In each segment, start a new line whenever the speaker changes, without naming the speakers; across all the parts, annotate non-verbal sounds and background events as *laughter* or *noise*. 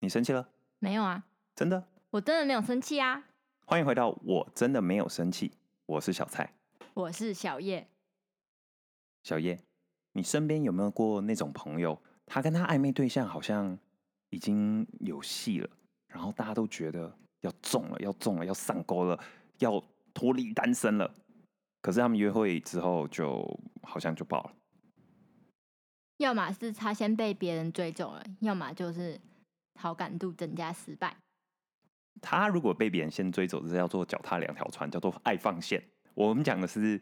你生气了？
没有啊，
真的？
我真的没有生气啊。
欢迎回到我真的没有生气，我是小蔡。
我是小叶，
小叶，你身边有没有过那种朋友，他跟他暧昧对象好像已经有戏了，然后大家都觉得要中了，要中了，要上钩了，要脱离单身了，可是他们约会之后就好像就爆了。
要么是他先被别人追走了，要么就是好感度增加失败。
他如果被别人先追走，这叫做脚踏两条船，叫做爱放线。我们讲的是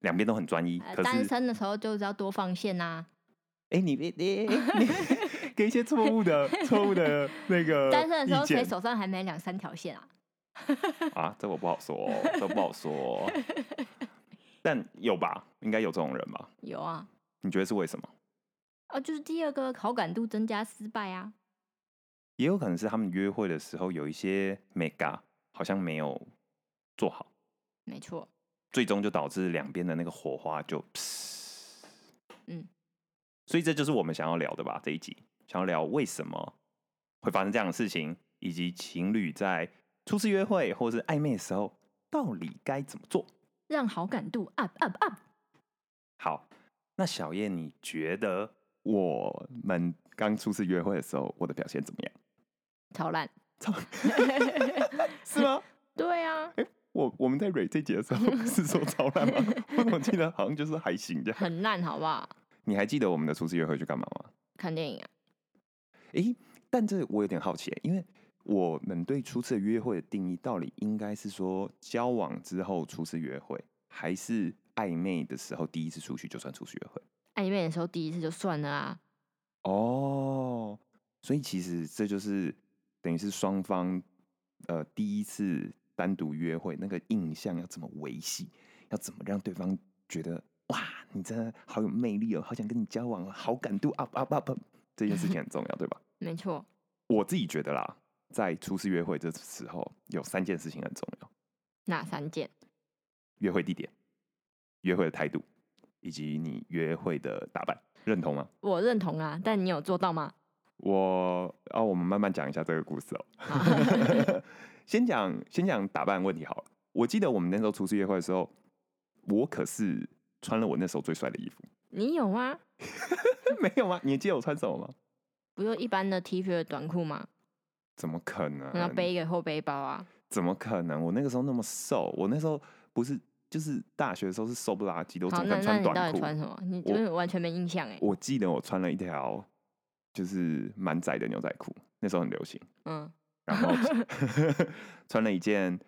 两边都很专一，
呃
可
单
是
身的时候就是要多放线啊呐、
哎、你别你你
*laughs*
给一些错误的、错误的那个
单身的时候
呃意见
谁手上还没两三条线啊？
啊？这我不好说哦，这不好说
*laughs*
哦。但有吧，应该有这种人吧？
有啊，
你觉得是为什么？
啊，就是第二个好感度增加失败啊。
也有可能是他们约会的时候有一些 mega 好像没有做好，
没错，
最终就导致两边的那个火花就，
嗯，
所以这就是我们想要聊的吧？这一集想要聊为什么会发生这样的事情，以及情侣在初次约会或是暧昧的时候到底该怎么做。
让好感度 up up up。
好，那小叶，你觉得我们刚初次约会的时候，我的表现怎么样？
超烂。
操是吗？
对啊，
我我们在蕊这节的时候 *laughs* 是说超烂吗？我怎么记得好像就是还行这样。
很烂，好不好？
你还记得我们的初次约会去干嘛吗？
看电影啊，
诶，但这我有点好奇、欸因为我们对初次约会的定义，到底应该是说交往之后初次约会，还是暧昧的时候第一次出去就算初次约会？
暧昧的时候第一次就算了啊。
哦，所以其实这就是等于是双方呃第一次单独约会那个印象要怎么维系，要怎么让对方觉得哇，你真的好有魅力哦，好想跟你交往哦，好感度 up up up up，这件事情很重要，对吧？
没错，
我自己觉得啦，在初次约会这时候有三件事情很重要：
哪三件？
约会地点、约会的态度，以及你约会的打扮，认同吗？
我认同啊，但你有做到吗？
我啊，我们慢慢讲一下这个故事哦。
好
*laughs* 先讲先讲打扮问题好了。我记得我们那时候初次约会的时候，我可是穿了我那时候最帅的衣服。 *laughs*
你有啊吗？
没有吗？你还记得我穿什么吗？
不就一般的 T 恤的短裤吗？
怎么可能？
然后背一个后背包啊，
怎么可能？我那个时候那么瘦，我那时候不是就是大学的时候是瘦不拉几的，我怎
好，
么可
那
能
那
穿
你到
短裤？
底穿什么？你
我
就是完全没印象哎。
我记得我穿了一条就是蛮窄的牛仔裤，那时候很流行。
嗯，
然后 *laughs* 穿了一件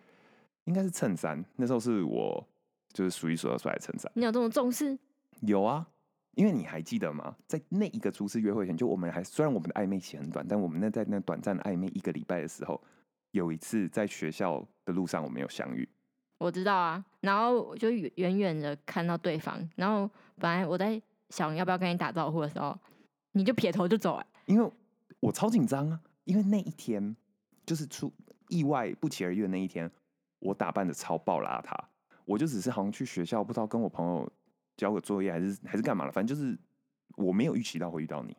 应该是衬衫，那时候是我就是数一数二帅的衬衫。
你有这么重视？
有啊，因为你还记得吗？在那一个初次约会前，就我们还虽然我们的暧昧期很短，但我们那在那短暂的暧昧一个礼拜的时候，有一次在学校的路上我们有相遇。
我知道啊，然后我就远远远的看到对方，然后本来我在想要不要跟你打招呼的时候，你就撇头就走了。
因为我超紧张啊，因为那一天就是出意外不期而遇的那一天，我打扮的超爆邋遢，我就只是好像去学校，不知道跟我朋友交个作业还是还是干嘛了，反正就是我没有预期到会遇到你，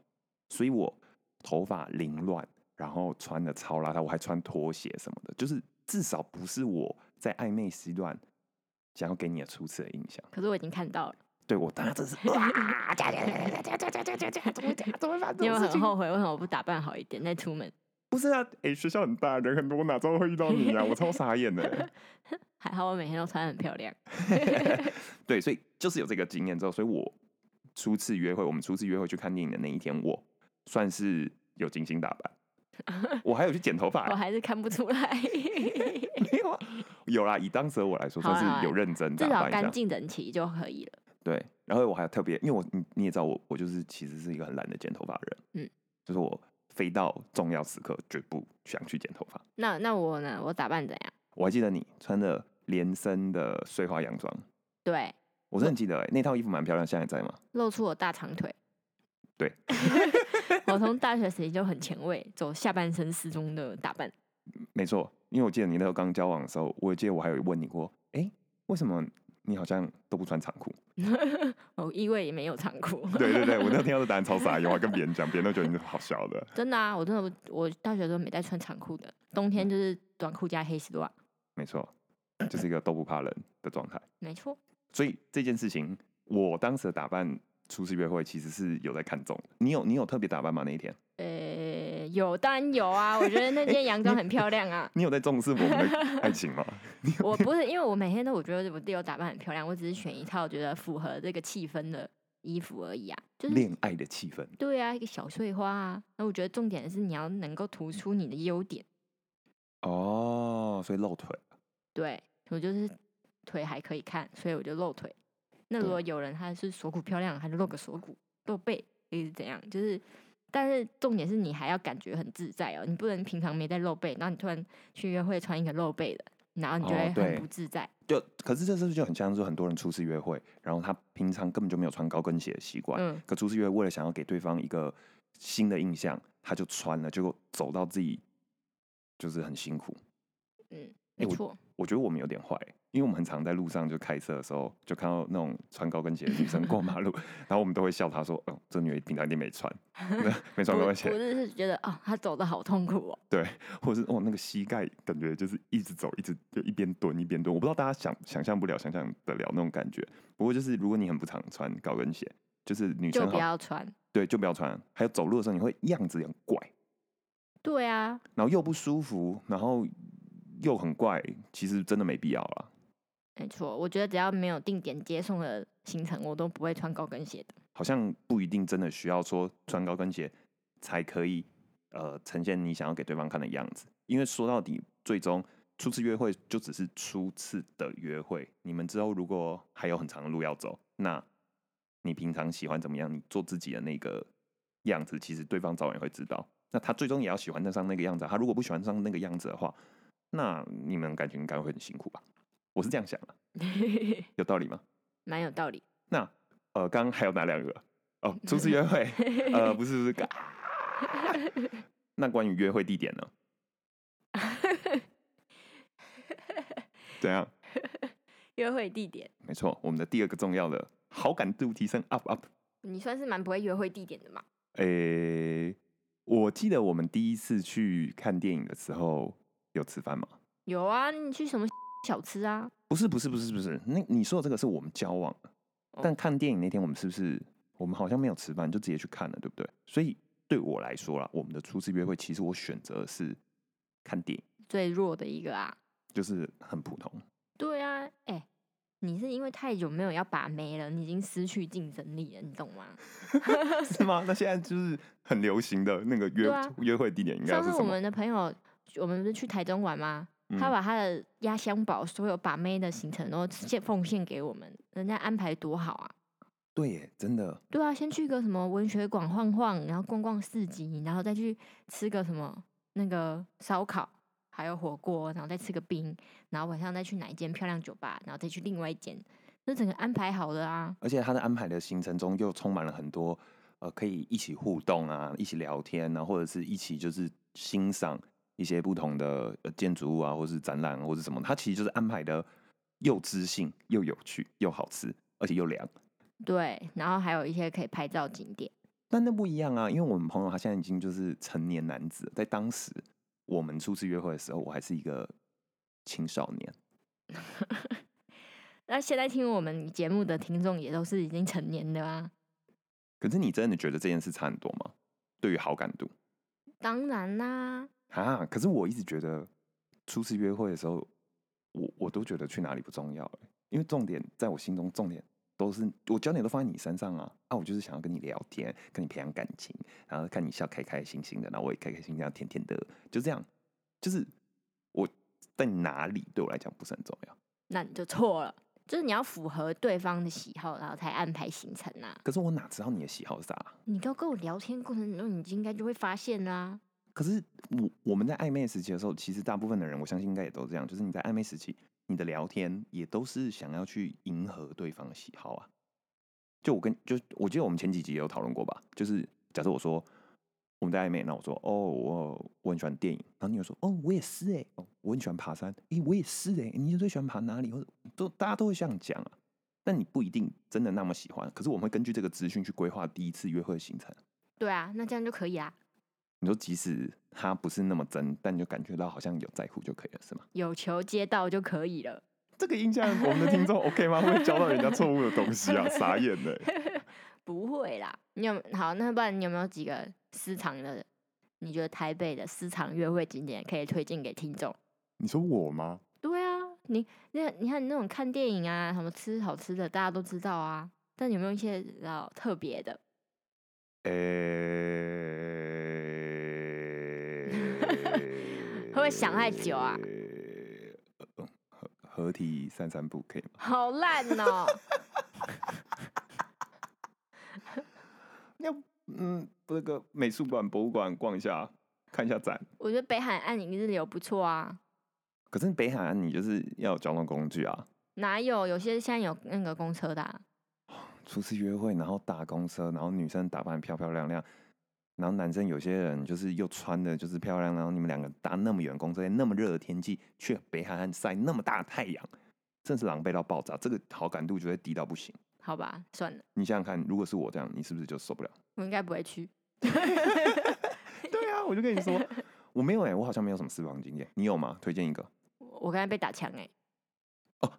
所以我头发凌乱，然后穿的超邋遢，我还穿拖鞋什么的，就是至少不是我在暧昧时段想要给你的初次的印象。
可是我已经看到了，
对我当时真是啊，怎么会发生
你
这
有
种
没有
事
很
情？
后悔为什么不打扮好一点再出门？
不是啊，哎、学校很大，人很多，我哪知道会遇到你啊？我 *laughs* 超傻眼的。
还好我每天都穿得很漂亮。
对，所以就是有这个经验之后，所以我初次约会，我们初次约会去看电影的那一天，我算是有精心打
*laughs*
扮，我还有去剪头发、欸
我还是看不
*laughs*
出来，
没有啊？有啦，以当时的我来说，
好啦
算
好
是
啦
有认真打
至少
扮一
干
下。
净整齐就可以了。
对，然后我还特别，因为我你你也知道我，我就是其实是一个很懒得剪头发的人，
嗯，
就是我非到重要时刻绝不想去剪头发。
那那我呢？我打扮怎样？
我还记得你穿的连身的碎花洋装。
对，
我真的记得、欸、那套衣服蛮漂亮，现在还在吗？
露出我大长腿。
对，
*laughs*
*laughs*
我从大学时期就很前卫，走下半身失踪的打扮。
没错，因为我记得你那时候刚交往的时候，我记得我还有问你过，哎、为什么你好像都不穿长裤？ *laughs*
哦，意味也没有仓库，
对对对，我那天听到这答案超傻眼，我还跟别人讲，别人都觉得你好笑的。
*laughs* 真的啊，我真的不我大学的时候没在穿长裤的，冬
嗯
天就是短裤加黑丝袜，
没错，就是一个都不怕冷的状态。
没错，
所以这件事情，我当时的打扮初次约会其实是有在看中。你有你有特别打扮吗？那一天
呃，有当然有啊，我觉
*laughs*
得那件洋装很漂亮啊，
你有在重视我们的爱情吗？
我不是因为我每天都我觉得我自己有打扮很漂亮，我只是选一套觉得符合这个气氛的衣服而已啊， *laughs* 就是
恋爱的气氛，
对啊，一个小碎花啊，那我觉得重点是你要能够突出你的优点，
哦，所以露腿。
对我就是腿还可以看，所以我就露腿。那如
对
果有人他是锁骨漂亮，他就露个锁骨、露背，又是怎样？就是，但是重点是你还要感觉很自在哦，你不能平常没在露背，然后你突然去约会穿一个露背的，然后你就
哦
会
对
很不自在。
就可是这是不是就很像是很多人初次约会，然后他平常根本就没有穿高跟鞋的习惯，
嗯，
可初次约会为了想要给对方一个新的印象，他就穿了，结果走到自己就是很辛苦。
没
诶哎我
错，
我觉得我们有点坏，因为我们很常在路上就开车的时候，就看到那种穿高跟鞋的女生过马路，
*laughs*
然后我们都会笑她说：“哦，这女人平常一定没穿，没穿高
我
跟鞋，
就是觉得哦，他走的好痛苦哦。
或者是哦那个膝盖感觉就是一直走，一直就一边蹲一边蹲。”我不知道大家想想象不了、想象得了那种感觉。不过就是如果你很不常穿高跟鞋，就是女
就
生
不
好
要穿。
对就不要穿，还有走路的时候你会样子很怪，
对啊，
然后又不舒服，然后又很怪，其实真的没必要啦。
没错，我觉得只要没有定点接送的行程，我都不会穿高跟鞋的。
好像不一定真的需要说穿高跟鞋才可以呃呈现你想要给对方看的样子，因为说到底，最终初次约会就只是初次的约会，你们之后如果还有很长的路要走，那你平常喜欢怎么样，你做自己的那个样子，其实对方早晚也会知道。那他最终也要喜欢上那个样子啊、他如果不喜欢上那个样子的话，那你们感情应该会很辛苦吧？我是这样想的，有道理吗？
*laughs* 蛮有道理。
那呃，刚刚还有哪两个？哦，初次约会，呃，不是不是。啊 *laughs* 那关于约会地点呢？怎样？
约会地点，
啊没错，我们的第二个重要的好感度提升 up up。
你算是蛮不会约会地点的嘛？
诶、我记得我们第一次去看电影的时候有吃饭吗？
有啊，你去什么 *laughs* 小吃啊？
不是不是不是不是，那你说的这个是我们交往的，
哦
但看电影那天我们是不是我们好像没有吃饭，就直接去看了，对不对？所以对我来说啦，我们的初次约会其实我选择的是看电影，
最弱的一个啊。
就是很普
*laughs*
通。
对啊，哎、你是因为太久没有要把妹了，你已经失去竞争力了，你懂吗？
是吗？那现在就是很流行的那个约、
对啊
约会地点应该
上
要是
次
什
我
么？
们的朋友，我们不是去台中玩吗？
嗯
他把他的压箱宝所有把妹的行程都献奉献给我们，人家安排多好啊！
对耶，真的
对啊，先去个什么文学馆晃晃，然后逛逛市集，然后再去吃个什么那个烧烤，还有火锅，然后再吃个冰，然后晚上再去哪一间漂亮酒吧，然后再去另外一间，这整个安排好的啊。
而且他的安排的行程中又充满了很多呃可以一起互动啊，一起聊天啊，或者是一起就是欣赏一些不同的呃建筑物啊，或是展览啊或是什么，他其实就是安排的又知性又有趣又好吃，而且又凉。
对，然后还有一些可以拍照景点。
但那不一样啊，因为我们朋友他现在已经就是成年男子了，在当时我们初次约会的时候，我还是一个青少年。
那现在听我们节目的听众也都是已经成年的啊，
可是你真的觉得这件事差很多吗？对于好感度？
当然啦，
啊，可是我一直觉得初次约会的时候，我我都觉得去哪里不重要、欸，因为重点在我心中，重点都是我焦点都放在你身上啊啊！我就是想要跟你聊天，跟你培养感情，然后看你笑开开心心的，然后我也开开心心，这样甜甜的，就这样，就是我在哪里对我来讲不是很重要。
那你就错了，就是你要符合对方的喜好，然后才安排行程啊。
可是我哪知道你的喜好是啥啊、
你刚跟我聊天过程中，你应该就会发现啊啦、
可是我我们在暧昧时期的时候，其实大部分的人，我相信应该也都这样，就是你在暧昧时期，你的聊天也都是想要去迎合对方的喜好啊。就我跟就我记得我们前几集也有讨论过吧，就是假设我说我们在暧昧，那我说哦我我很喜欢电影，然后你又说哦我也是哎、欸哦我很喜欢爬山，诶、我也是哎、你最喜欢爬哪里？或者都大家都会这样讲啊。但你不一定真的那么喜欢。可是我们会根据这个资讯去规划第一次约会的行程。
对啊，那这样就可以啊，
你说即使他不是那么真，但你就感觉到好像有在乎就可以了，是吗？
有求皆到就可以了。 *laughs*
这个印象我们的听众 OK 吗？会 *laughs* 不会教到人家错误的东西啊？傻眼呢、
不会啦，你有好，那不然你有没有几个私藏的？你觉得台北的私藏约会景点可以推荐给听众？
你说我
*laughs*
吗？
对啊，你那你看你那种看电影啊，什么吃好吃的，大家都知道啊。但有没有一些比较特别的？ *laughs*
呃、
不会想太久啊
呃？合合体散散步可以吗？
好烂哦、 *laughs*
要嗯，这个美术馆、博物馆逛一下，看一下展。
我觉得北海岸影日游不错啊，
可是北海岸你就是要有交通工具啊，
哪有？有些现在有那个公车的、啊，
初次约会，然后搭公车，然后女生打扮漂漂亮亮，然后男生有些人就是又穿的就是漂亮，然后你们两个搭那么远公车，在那么热的天气，去北海岸晒那么大的太阳，真是狼狈到爆炸，这个好感度就会低到不行。
好吧，算了，
你想想看，如果是我这样，你是不是就受不了？
我应该不会去。
*laughs* 对啊，我就跟你 *laughs* 说，我没有哎、我好像没有什么私房经验，你有吗？推荐一个
我刚才被打枪哎、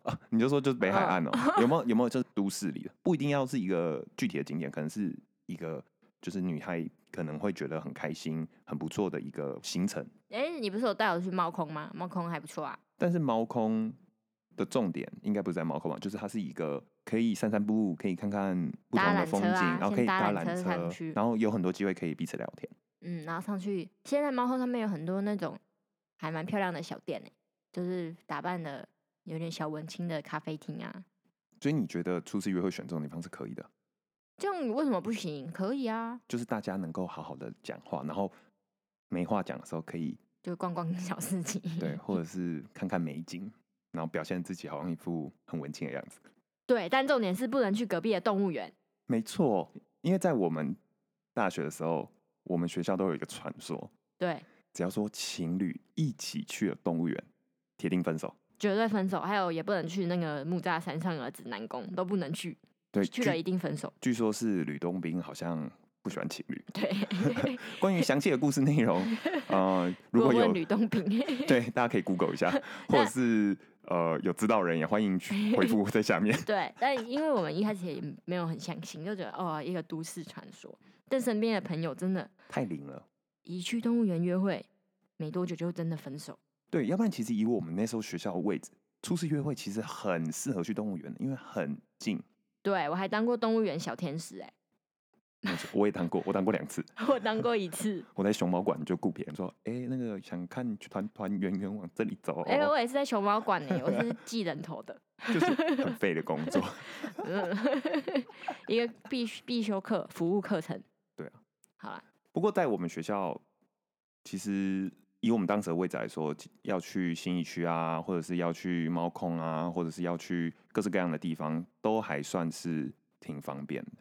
啊，你就说就是北海
嗯
岸哦、有没有有没有就是都市里的，不一定要是一个具体的景点，可能是一个就是女孩可能会觉得很开心、很不错的一个行程。
哎、你不是有带我去猫空吗？猫空还不错啊。
但是猫空的重点应该不是在猫空吧，就是它是一个可以散散步，可以看看不同
搭
的
缆
风景，
车啊
然后
先
可以
搭
搭
缆车上
缆
去
车，然后有很多机会可以彼此聊天。
嗯，然后上去，现在猫空上面有很多那种还蛮漂亮的小店呢、就是打扮的有点小文青的咖啡厅啊。
所以你觉得初次约会选这种地方是可以的，
这样为什么不行？可以啊，
就是大家能够好好的讲话，然后没话讲的时候可以
就逛逛 *laughs* 小市集。 *laughs*
对，或者是看看美景，然后表现自己好像一副很文青的样子。
对，但重点是不能去隔壁的动物园。
没错，因为在我们大学的时候，我们学校都有一个传说，
对，
只要说情侣一起去了动物园，铁定分手。
绝对分手。还有也不能去那个木栅山上的指南宫，都不能去，
对，
去了
据
一定分手。 *laughs*
据说是吕洞宾好像不喜欢情侣。
对，
关
*laughs*
于详细的故事内容，呃，如
我
果有
问吕洞宾，
*laughs* 对，大家可以 Google
*laughs*
一下，或者是呃有知道人也欢迎去回复在下
*laughs*
面。
对，但因为我们一开始也没有很相信，就觉得哦，一个都市传说。但身边的朋友真的，
太灵了，
一去动物园约会，没多久就真的分手。
对，要不然其实以我们那时候学校的位置，初次约会其实很适合去动物园的，因为很近。
对我还当过动物园小天使哎、
没错我也当过，我当过两次。
*laughs* 我当过一
*laughs*
次
我在熊猫馆就雇别人说，哎、那个想看团团圆圆往这里走，哦
哎、我也是在熊猫馆哎、我是寄人头的，
就是很废的工作。
嗯 *laughs* 一个必须必修课服务课程。
对啊，
好了，
不过在我们学校，其实以我们当时的位置来说，要去新义区啊，或者是要去猫空啊，或者是要去各式各样的地方，都还算是挺方便的。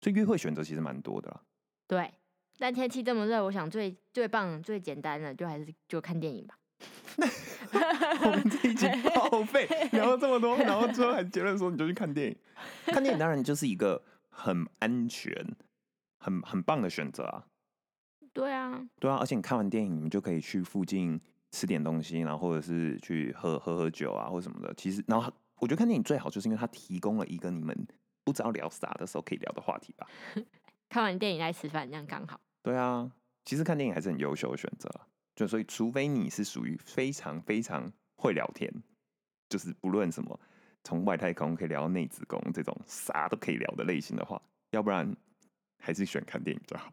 所以约会选择其实蛮多的啦。
对，但天气这么热，我想最最棒、最简单的就还是就看电影吧。
*laughs* 我们这一集报废聊了这么多，然后最后还结论说你就去看电影。看电影当然就是一个很安全、很很棒的选择啊。
对啊，
对啊，而且你看完电影，你们就可以去附近吃点东西，然后或者是去喝喝喝酒啊，或什么的。其实，然后它我觉得看电影最好就是因为它提供了一个你们不知道聊啥的时候可以聊的话题吧。
看完电影再吃饭，这样刚好。
对啊，其实看电影还是很优秀的选择啊。就所以，除非你是属于非常非常会聊天，就是不论什么从外太空可以聊到内子宫这种啥都可以聊的类型的话，要不然还是选看电影比较好。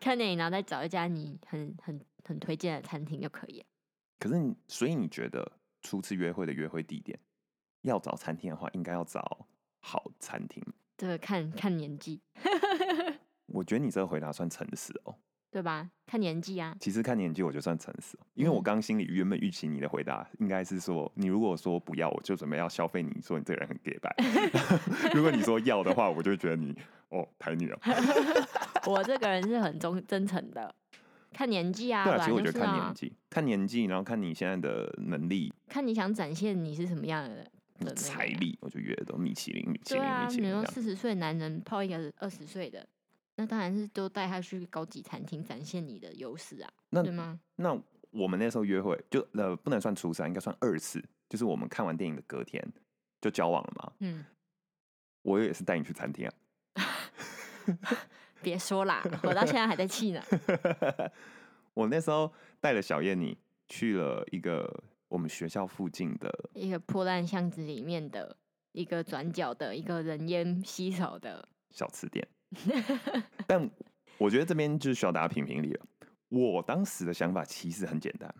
看电影，然后再找一家你很很很推荐的餐厅就可以了。
可是你，所以你觉得初次约会的约会地点要找餐厅的话，应该要找好餐厅？
这个看看年纪，
我觉得你这个回答算诚实哦。
对吧？看年纪啊，
其实看年纪，我觉得算诚实哦，因为我
嗯
刚心里原本预期你的回答应该是说，你如果说不要，我就准备要消费你，说你这个人很 gay 白； *laughs* 如果你说要的话，我就会觉得你哦台女哦。
*laughs* 我这个人是很忠真诚的。看年纪啊，
对啊，
本
其实
来
我觉得
就是
看
啊
年纪，看年纪，然后看你现在的能力，
看你想展现你是什么样的人，的那种
嗯财
啊
力，我就约都米其林、米其
对
林、
啊，
米其
你
林这
说
样。
四十岁男人泡一个二十岁的，那当然是都带他去高级餐厅，展现你的优势啊，
那
对吗？
那我们那时候约会就呃不能算初三，应该算二次，就是我们看完电影的隔天就交往了嘛。
嗯，
我也是带你去餐厅啊，
别说啦，我到现在还在气呢。
*laughs* 我那时候带了小燕你去了一个我们学校附近的
一个破烂巷子里面的一个转角的一个人烟稀少的，
小吃店，
*laughs*
但我觉得这边就是需要大家评评理了。我当时的想法其实很简单，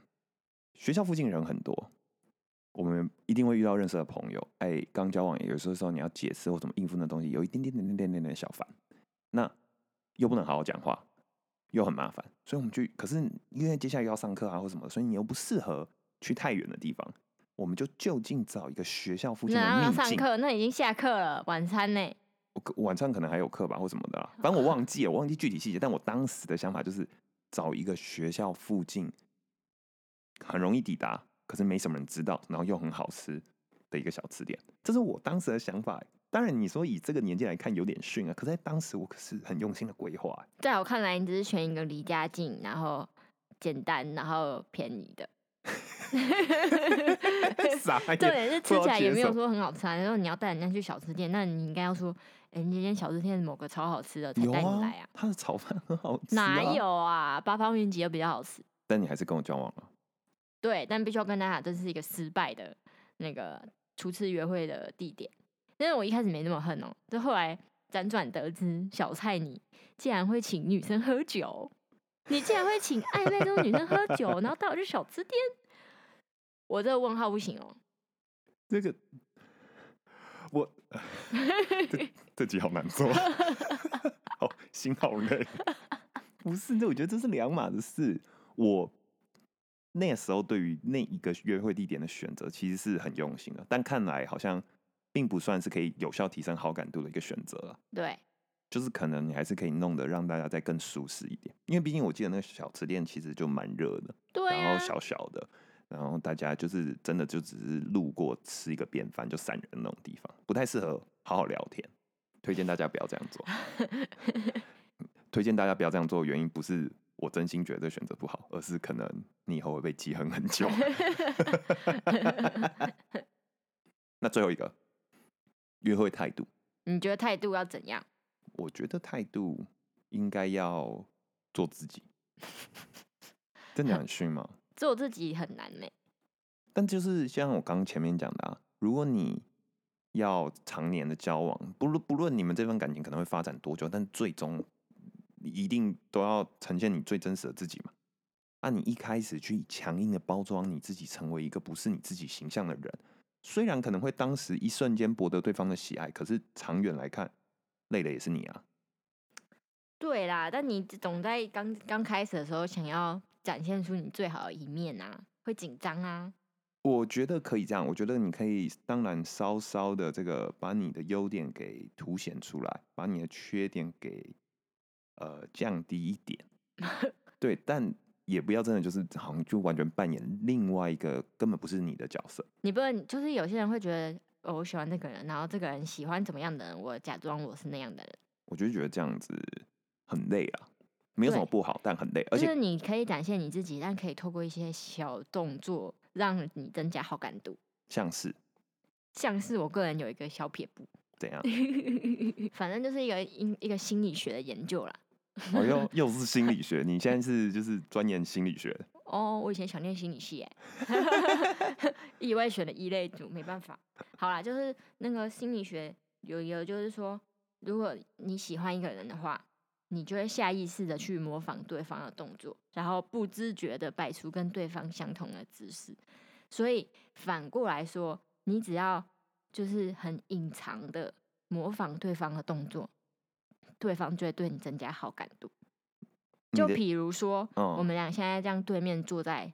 学校附近人很多，我们一定会遇到认识的朋友。哎，刚交往有时候时候你要解释或怎么应付那东西，有一点点点点点点点小烦，那又不能好好讲话，又很麻烦，所以我们就可是因为接下来又要上课啊或什么，所以你又不适合去太远的地方，我们就就近找一个学校附近的
那要
秘
上
境。
课，那已经下课了，晚餐呢？
我可晚上可能还有课吧，或什么的、啊，反正我忘记了，我忘记具体细节。但我当时的想法就是找一个学校附近很容易抵达，可是没什么人知道，然后又很好吃的一个小吃店，这是我当时的想法欸、当然，你说以这个年纪来看有点逊啊，可是在当时我可是很用心的规
*laughs*
划欸、
在我看来，你只是选一个离家近，然后简单，然后便宜
*laughs*
的。
傻眼
重点是
不知
吃
道
起来
接
也没
什
有
么
说很好吃啊。然后你要带人家去小吃店，那你应该要说，哎、你今天小吃店某个超好吃的，才
有
带你来
啊
啊。，
他的炒饭很好吃、啊，
哪？有啊？八方云集又比较好吃。
但你还是跟我交往了，
对，但必须要跟大家讲，这是一个失败的那个初次约会的地点。但是我一开始没那么恨哦、就后来辗转得知，小蔡你竟然会请女生喝酒，你竟然会请暧昧中的女生喝酒，然后带我去小吃店，我这个问号不行哦、
这个我这 *laughs* 这集好难做， *laughs* 好心好累。 *laughs* 不是，这我觉得这是两码子事。我那时候对于那一个约会地点的选择其实是很用心的，但看来好像并不算是可以有效提升好感度的一个选择了。
对，
就是可能你还是可以弄得让大家再更舒适一点，因为毕竟我记得那个小吃店其实就蛮热的，
对
然
啊
后，小小的，然后大家就是真的就只是路过吃一个便饭就散人那种地方，不太适合好好聊天。推荐大家不要这样
*laughs*
做。推荐大家不要这样做，原因不是我真心觉得这选择不好，而是可能你以后会被记恨很久。 *laughs* 那最后一个，约会态度，
你觉得态度要怎样？
我觉得态度应该要做自己。 *laughs* 真的很逊吗？
做自己很难呢、
但就是像我刚前面讲的啊，如果你要常年的交往，不论不论你们这份感情可能会发展多久，但最终一定都要呈现你最真实的自己嘛。啊，你一开始去强硬的包装你自己，成为一个不是你自己形象的人，虽然可能会当时一瞬间博得对方的喜爱，可是长远来看，累的也是你啊。
对啦，但你总在刚刚开始的时候想要展现出你最好的一面啊，会紧张啊，
我觉得可以这样，我觉得你可以，当然稍稍的这个把你的优点给凸显出来，把你的缺点给呃降低一
*laughs*
点，对，但也不要真的就是好像就完全扮演另外一个根本不是你的角色，
你不能，就是有些人会觉得，哦，我喜欢这个人，然后这个人喜欢怎么样的人，我假装我是那样的人。
我就觉得这样子很累啊，没有什么
对
不好，但很累，而
就
且
是你可以展现你自己，但可以透过一些小动作让你增加好感度。
像是
像是我个人有一个小撇步，，
怎样
*laughs* 反正就是一个一一个心理学的研究啦。
哦又又是心理学，你现在是就是钻研心理学，
哦，我以前想念心理系哎、 *laughs* 意外选了一类组，没办法。好啦，就是那个心理学有一个，就是说，如果你喜欢一个人的话，你就会下意识的去模仿对方的动作，然后不自觉的摆出跟对方相同的姿势。所以反过来说，你只要就是很隐藏的模仿对方的动作，对方就会对你增加好感度。
你
就
的
比如说，
嗯
我们俩现在这样对面坐在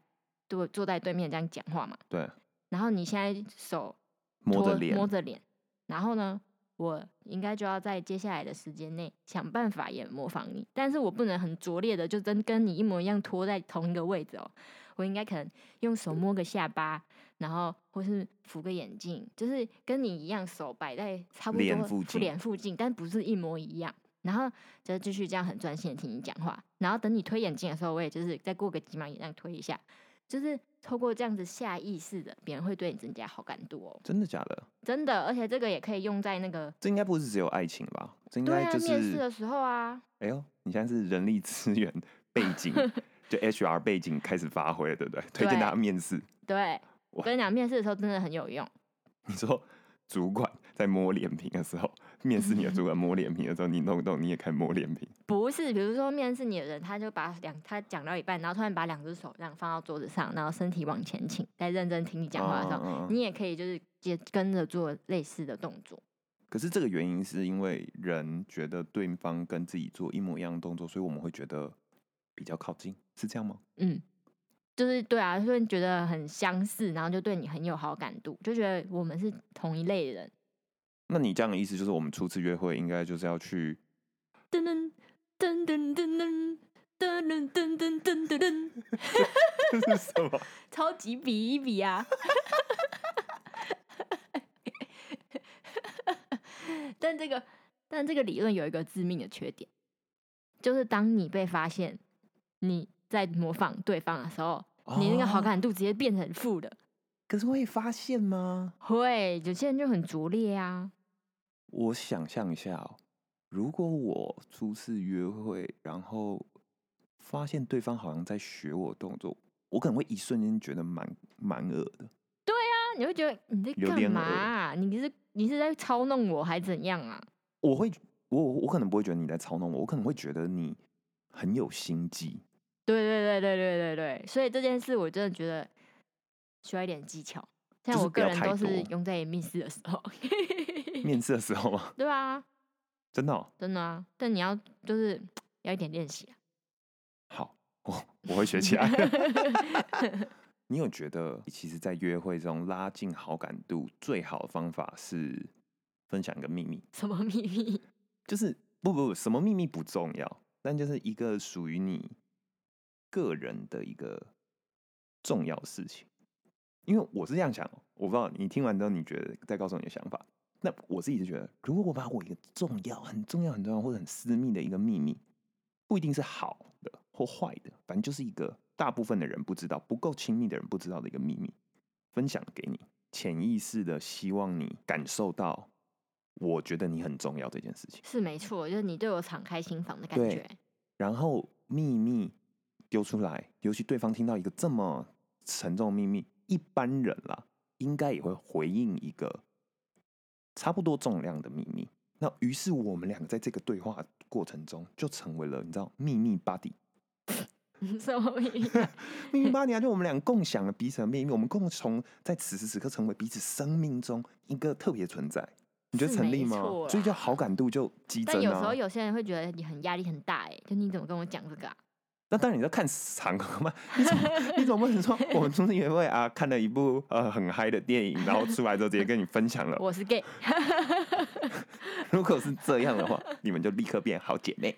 坐坐在对面这样讲话嘛，
对
然后你现在手
摸着
托摸
脸，
着脸，然后呢，我应该就要在接下来的时间内想办法也模仿你，但是我不能很拙劣的就真跟你一模一样拖在同一个位置哦。我应该可能用手摸个下巴，然后或是扶个眼镜，就是跟你一样手摆在差不多
脸附近
脸附近，但不是一模一样。然后就继续这样很专心的听你讲话，然后等你推眼镜的时候，我也就是再过个几秒也这样推一下，就是透过这样子下意识的，别人会对你增加好感度哦，
真的假的？
真的，而且这个也可以用在那个
这应该不是只有爱情吧？这应
对
该
啊
就
面试
是
的时候啊，
哎呦，你现在是人力资源背景，就 HR 背景开始发挥了，对不对？推荐
对
大家面试。
对我
哇
跟你讲，面试的时候真的很有用，
你说主管在摸脸皮的时候，面试你的主管摸脸皮的时候，你弄一弄你也开始摸脸皮，
不是，比如说面试你的人，他就把两他讲到一半，然后突然把两只手这样放到桌子上，然后身体往前倾，在认真听你讲话的时候，
嗯嗯嗯
你也可以就是接跟着做类似的动作。
可是这个原因是因为人觉得对方跟自己做一模一样的动作，所以我们会觉得比较靠近，是这样吗？
嗯，就是对啊，所以觉得很相似，然后就对你很有好感度，就觉得我们是同一类人。
那你这样的意思就是，我们初次约会应该就是要去 *laughs*
噔噔噔噔噔噔噔噔噔噔噔噔噔，
这是什么？
超级比一比啊！ *laughs* 但这个但这个理论有一个致命的缺点，就是当你被发现你在模仿对方的时候，你那个好
哦
感度直接变成负的。
可是会发现吗？
会，有些人就很拙劣啊。
我想象一下、哦，如果我初次约会，然后发现对方好像在学我动作，我可能会一瞬间觉得蛮蛮恶的。
啊你会觉得你在
有
干
点
嘛
恶
啊、你是你是在操弄我还怎样啊？
我会，我我可能不会觉得你在操弄我，我可能会觉得你很有心机。
对对对对对对对，所以这件事我真的觉得需要一点技巧。像
就是
我
不
个
要
人
太
都是
多
用在面试的时候， *laughs*
面试的时候吗？ *laughs*
对啊，
真的、哦、
真的啊。但你要就是要一点练习啊。
好，我我会学起来。 *laughs* 你有觉得，其实，在约会中拉近好感度最好的方法是分享一个秘密？
什么秘密？ *laughs*
就是不不不，什么秘密不重要，但就是一个属于你个人的一个重要事情。因为我是这样想哦，我不知道你听完之后，你觉得再告诉你的想法。那我自己是觉得，如果我把我一个重要、很重要、很重要或者很私密的一个秘密，不一定是好的或坏的，反正就是一个大部分的人不知道、不够亲密的人不知道的一个秘密，分享给你，潜意识的希望你感受到，我觉得你很重要这件事情。
是没错，就是你对我敞开心房的感
对
觉。 *laughs*
然后秘密丢出来，尤其对方听到一个这么沉重的秘密，一般人啦，应该也会回应一个差不多重量的秘密。那于是我们两个在这个对话过程中，就成为了你知道秘密
*laughs*
buddy，
什么秘 *laughs* 密？
秘密 buddy 啊，就我们俩共享了彼此的秘密，我们共同在此时此刻成为彼此生命中一个特别存在。你觉得
是
成立
没
吗
错？
所以就
啦
好感度就激增
但有时
啊
候。有些人会觉得你很压力很大、欸，哎，就你怎么跟我讲这个、啊？
那当然你要看场合嘛，你怎么你怎么不能说我们初次约会啊，看了一部呃很嗨的电影，然后出来之后直接跟你分享了。
我是 gay，
如果是这样的话，你们就立刻变好姐妹，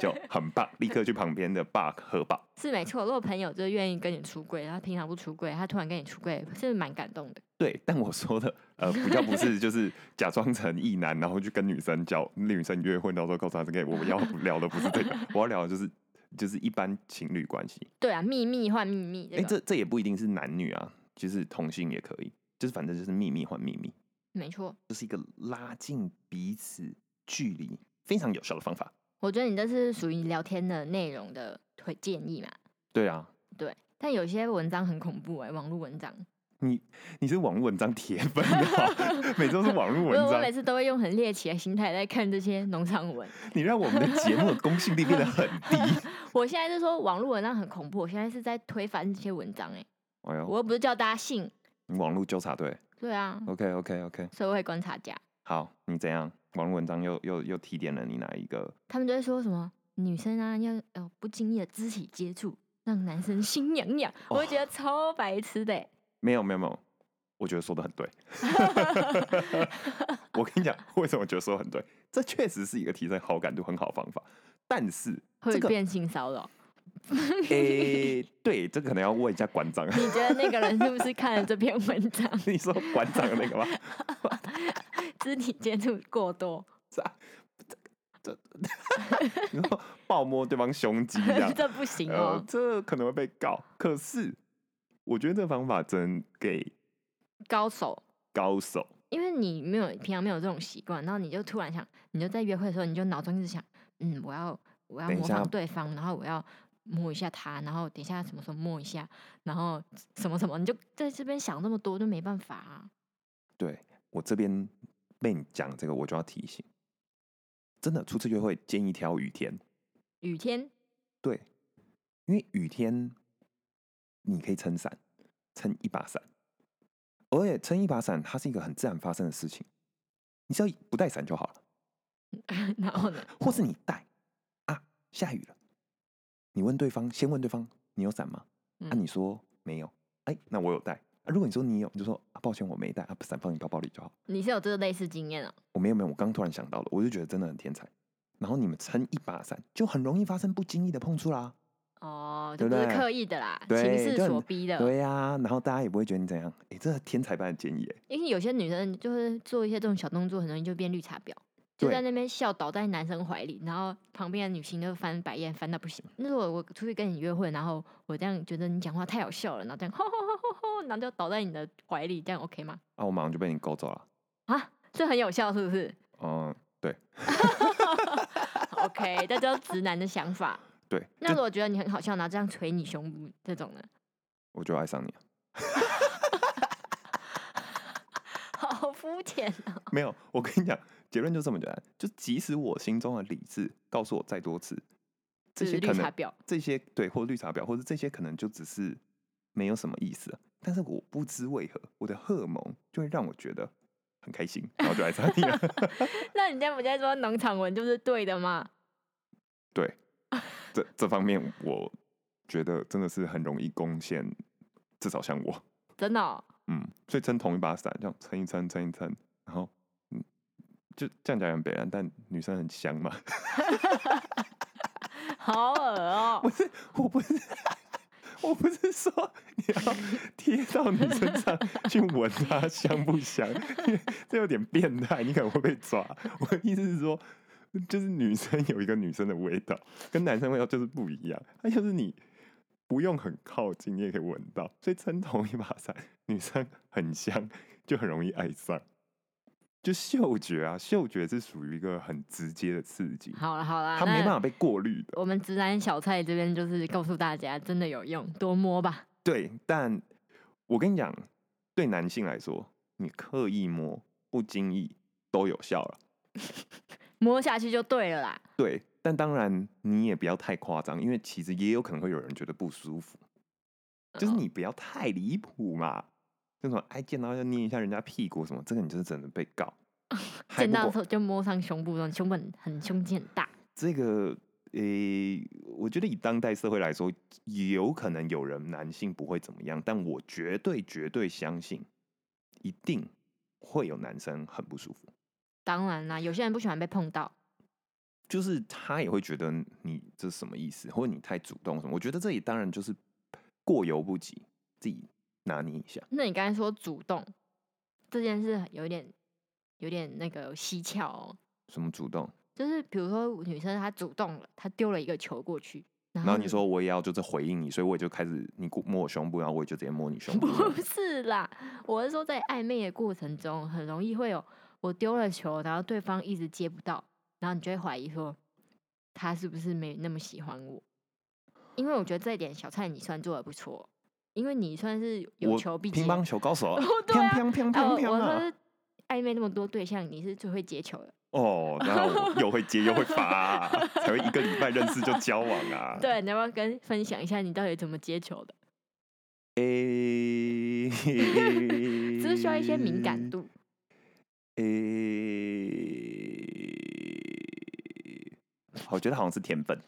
就很棒，立刻去旁边的 bar 喝吧。
是没错。如果朋友就愿意跟你出柜，他平常不出柜，他突然跟你出柜，是蛮感动的。
对，但我说的呃比较不是就是假装成异男，然后去跟女生交女生约会，到时候告诉她这个，我要聊的不是这个，我要聊的就是就是一般情侣关系。
对啊，秘密换秘密，
哎、
这个、
这这也不一定是男女啊，其实同性也可以，就是反正就是秘密换秘密。
没错。
这是一个拉近彼此距离非常有效的方法。
我觉得你这是属于聊天的内容的推建议嘛？
对啊，
对，但有些文章很恐怖哎、网络文章，
你是网络文章铁粉 *laughs* 啊，每周是网络
我
文
我每
章，
次都会用很猎奇的心态在看这些农场文。
你让我们的节目的公信力变得很低。
我现在是说网络文章很恐怖，我现在是在推翻这些文章哎、
*laughs* 哎呦，
我又不是叫大家信。
你网络纠察队
对啊，
，OK OK OK，
社会观察家，
好，你怎样？网络文章又又又提点了你哪一个？
他们都会说什么女生啊要有不经意的肢体接触，让男生心痒痒，我会觉得超白痴的欸、
没有没有没有，我觉得说的很 *laughs* 对。我跟你讲，为什么我觉得说得很对？这确实是一个提升好感度很好的方法，但 *laughs* 是
会
这个
变性骚扰。
诶、对，这可能要问一下馆长。
你觉得那个人是不是看了这篇文章，
*laughs* 你说馆长的那个吗？
肢体接触过多？
你说抱摸对方胸肌 *laughs* 这样
*laughs* ，这不行
呃
哦，，
这可能会被告。可是我觉得这方法真给
高手。
哦高手，
因为你没有平常没有这种习惯，然后你就突然想，你就在约会的时候，你就脑中一直想，嗯，我要我要
等一
模
下
仿对方，然后我要摸一下他，然后等一下什么时候摸一下，然后什么什么，你就在这边想那么多，就没办法啊。
对我这边被你讲这个，我就要提醒，真的初次约会建议挑雨天，
雨天 *laughs*
对，因为雨天你可以撑伞，撑一把伞，而且撑一把伞它是一个很自然发生的事情，你只要不带伞就好了，
然后呢？
或是你带啊，下雨了，你问对方，先问对方你有伞吗？
嗯
啊，你说没有，哎、那我有带。啊、如果你说你有，你就说啊，抱歉，我没带，啊，伞放你包包里就好。
你是有这个类似经验哦、
我没有没有，我刚突然想到了，我就觉得真的很天才。然后你们撑一把伞，就很容易发生不经意的碰触啦。
哦，
对
就
不
不是
对
刻意的啦，情
对
势
就很
所逼的。哦
对呀、然后大家也不会觉得你怎样。哎、这天才般的建议、哎，
因为有些女生就是做一些这种小动作，很容易就变绿茶婊，就
对
在那边笑倒在男生怀里，然后旁边的女性就翻白眼翻到不行。那如果我出去跟你约会，然后我这样觉得你讲话太好笑了，然后这样吼吼吼吼吼，然后就倒在你的怀里，这样 OK 吗？
啊，我马上就被你勾走了。
啊，这很有效是不是
嗯，对
？OK，这就是直男的想法。
对，
那如果觉得你很好笑，然后这样捶你胸部这种呢？ *laughs*
我就爱上你了。
好肤浅啊！
没有，我跟你讲，结论就这么简单。就即使我心中的理智告诉我再多次，这
就
些
是
可
绿
能
茶婊，
这些对，或者绿茶婊，或者这些可能就只是没有什么意思啊、但是我不知为何，我的荷尔蒙就会让我觉得很开心，然后就爱上你了。
*laughs* 那你这样不在说农场文就是对的吗？
对，这这方面我觉得真的是很容易攻陷，至少像我，
真的哦、
嗯，所以撑同一把伞，这样撑一撑，撑一撑，然后嗯，就这样讲很北然，但女生很香嘛，
好恶哦、
不是，我不是。我不是说你要贴到你身上去闻它香不香，因为这有点变态，你可能会被抓。我的意思是说，就是女生有一个女生的味道，跟男生味道就是不一样。它就是你不用很靠近，你也可以闻到。所以撑同一把伞，女生很香，就很容易爱上。就嗅觉啊，嗅觉是属于一个很直接的刺激，
好了好了，
它没办
那
法被过滤的。
我们直男小菜这边就是告诉大家，真的有用，多摸吧。
对，但我跟你讲，对男性来说，你刻意摸、不经意都有效了。
摸下去就对了啦。
对，但当然你也不要太夸张，因为其实也有可能会有人觉得不舒服，就是
嗯
你不要太离谱嘛。那种哎见到要捏一下人家屁股什么，这个你就是真的被告。
*laughs*
还
见
不
到的
过
时候就摸上胸部，然后胸部很很胸肌很大，
这个，诶、我觉得以当代社会来说，也有可能有人男性不会怎么样，但我绝对绝对相信，一定会有男生很不舒服，
当然啦，有些人不喜欢被碰到，
就是他也会觉得你这是什么意思，或者你太主动什么。我觉得这里当然就是过犹不及，自己拿捏一下。
那你刚才说主动这件事有点有点那个蹊跷哦，
什么主动？
就是比如说女生她主动了，她丢了一个球过去，然
然后你说我也要就是回应你，所以我也就开始你摸我胸部，然后我也就直接摸你胸部。
*laughs* 不是啦，我是说在暧昧的过程中，很容易会有我丢了球，然后对方一直接不到，然后你就会怀疑说他是不是没那么喜欢我。因为我觉得这一点小蔡你算做的不错，因为你算是有
我
球必
乒
接。
乓球高手啊，
对啊
砰砰砰
啊，我
砰砰
我
啊！
说是暧昧那么多对象，你是最会接球的。
哦，然后又会接又会罚、啊，才会一个礼拜认识就交往啊。
对，你要不要跟分享一下你到底怎么接球的？
诶，
*laughs*
只
只是需要一些敏
嗯
感。度。 *laughs*
诶，我觉得好像是天分。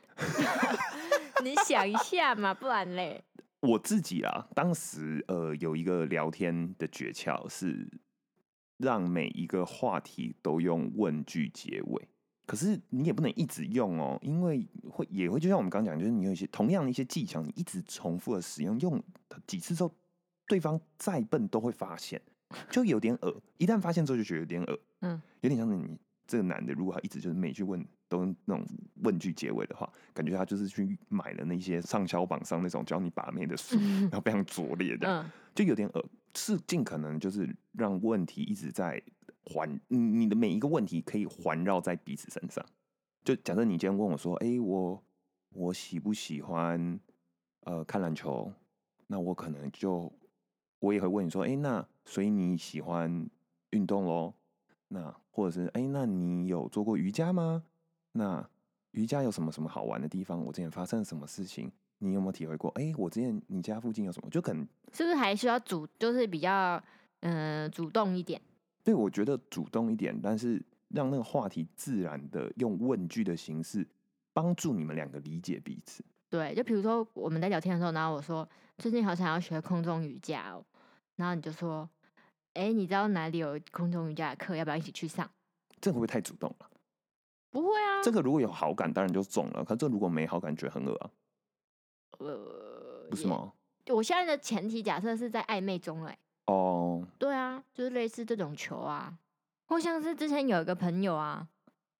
你想一下嘛，不然嘞，
我自己啦，当时呃有一个聊天的诀窍是让每一个话题都用问句结尾，可是你也不能一直用哦，因为会也会就像我们刚讲，就是你有一些同样的一些技巧，你一直重复的使用，用几次之后，对方再笨都会发现，就有点恶。一旦发现之后就觉得有点恶，
嗯，
有点像是你这个男的，如果他一直就是每句问都用那种问句结尾的话，感觉他就是去买了那些畅销榜上那种教你把妹的书，然后非常拙劣这样，
嗯
就有点恶。是尽可能就是让问题一直在环，你你的每一个问题可以环绕在彼此身上。就假设你今天问我说：“哎、我我喜不喜欢呃看篮球？”那我可能就我也会问你说：“哎、那所以你喜欢运动咯？那或者是哎、那你有做过瑜伽吗？那瑜伽有什么什么好玩的地方？我之前发生了什么事情？你有没有体会过？哎、我之前你家附近有什么？就可能
是不是还需要主，就是比较嗯、呃主动一点？
对，我觉得主动一点，但是让那个话题自然的用问句的形式帮助你们两个理解彼此。
对，就比如说我们在聊天的时候，然后我说最近好想要学空中瑜伽哦，然后你就说，哎，你知道哪里有空中瑜伽的课，要不要一起去上？
这会不会太主动了？
不会啊，
这个如果有好感，当然就中了；可这如果没好感，觉得很恶啊，
呃，
不是
也？
吗？
我现在的前提假设是在暧昧中了欸、
哦、
对啊，就是类似这种球啊，或像是之前有一个朋友啊，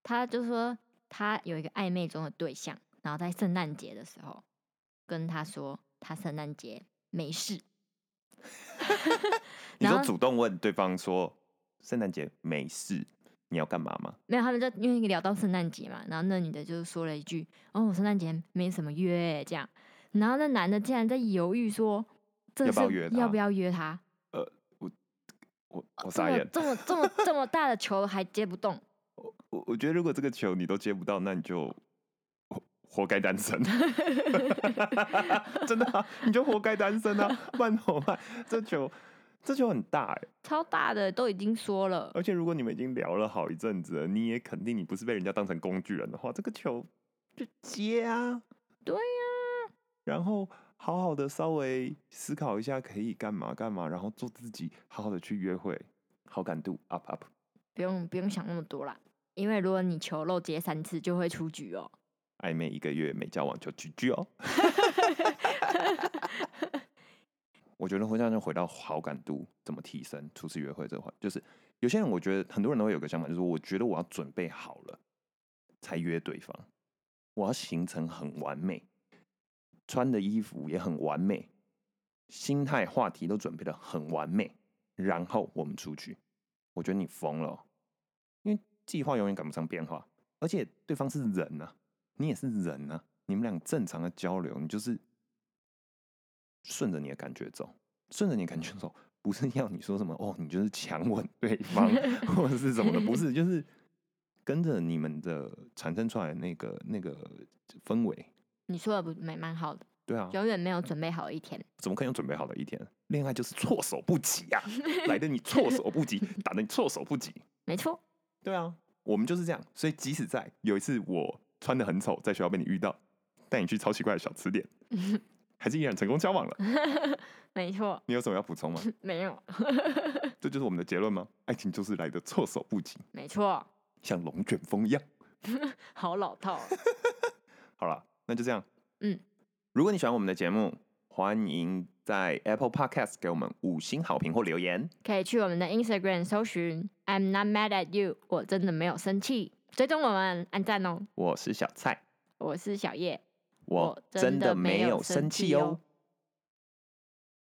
他就说他有一个暧昧中的对象，然后在圣诞节的时候跟他说他圣诞节没事，
你
然
说
后
主动问对方说圣诞节没事，你要干嘛吗？
没有，他们就因为聊到圣诞节嘛，然后那女的就说了一句：“哦，我圣诞节没什么约欸、这样。”然后那男的竟然在犹豫说：“这
要不要
是
约
要
他
不要约他？
我我
啊这
傻
么
眼，
这么这么这么大的球还接不动，
我我觉得如果这个球你都接不到，那你就活活该单
*laughs*
身，真的、啊，你就活该单身啊！不然怎么办？这球这球很大哎、
超大的都已经说了。”
而且如果你们已经聊了好一阵子了，你也肯定你不是被人家当成工具人的话，这个球就接啊，
对呀、
然后好好的稍微思考一下可以干嘛干嘛，然后做自己，好好的去约会，好感度 up up。
不用不用想那么多啦，因为如果你球漏接三次就会出局哦。
暧昧一个月没交往就 GG 哦。 *laughs* 我觉得回家就回到好感度怎么提升，初次约会这块，就是有些人我觉得很多人都会有个想法，就是我觉得我要准备好了才约对方，我要行程很完美，穿的衣服也很完美，心态话题都准备的很完美，然后我们出去。我觉得你疯了哦、因为计划永远赶不上变化，而且对方是人呐、啊你也是人啊，你们俩正常的交流，你就是顺着你的感觉走，顺着你的感觉走，不是要你说什么哦，你就是强吻对方或者是什么的，不是，就是跟着你们的产生出来的那个那个氛围，
你说的不蛮蛮好的，
对啊，
永远没有准备好一天。
怎么可能有准备好的一天？恋爱就是措手不及啊，来的你措手不及，打的你措手不及，
没错，
对啊，我们就是这样，所以即使在有一次我穿的很丑，在学校被你遇到，带你去超奇怪的小 *laughs* 吃店，还是依然成功交往了。
没错，
你有什么要补充吗？ *laughs*
没有，
这就是我们的结论吗？爱情就是来的措手不及，
没错，
像龙卷风一样。
好老套哦。
好了，那就这样。
嗯，
如果你喜欢我们的节目，欢迎在 Apple Podcast 给我们五星好评或留言。
可以去我们的 Instagram 搜寻 I'm not mad at you，我真的没有生气。追踪我们，按赞哦。
我是小蔡，
我是小叶，
我真的没有生气哦。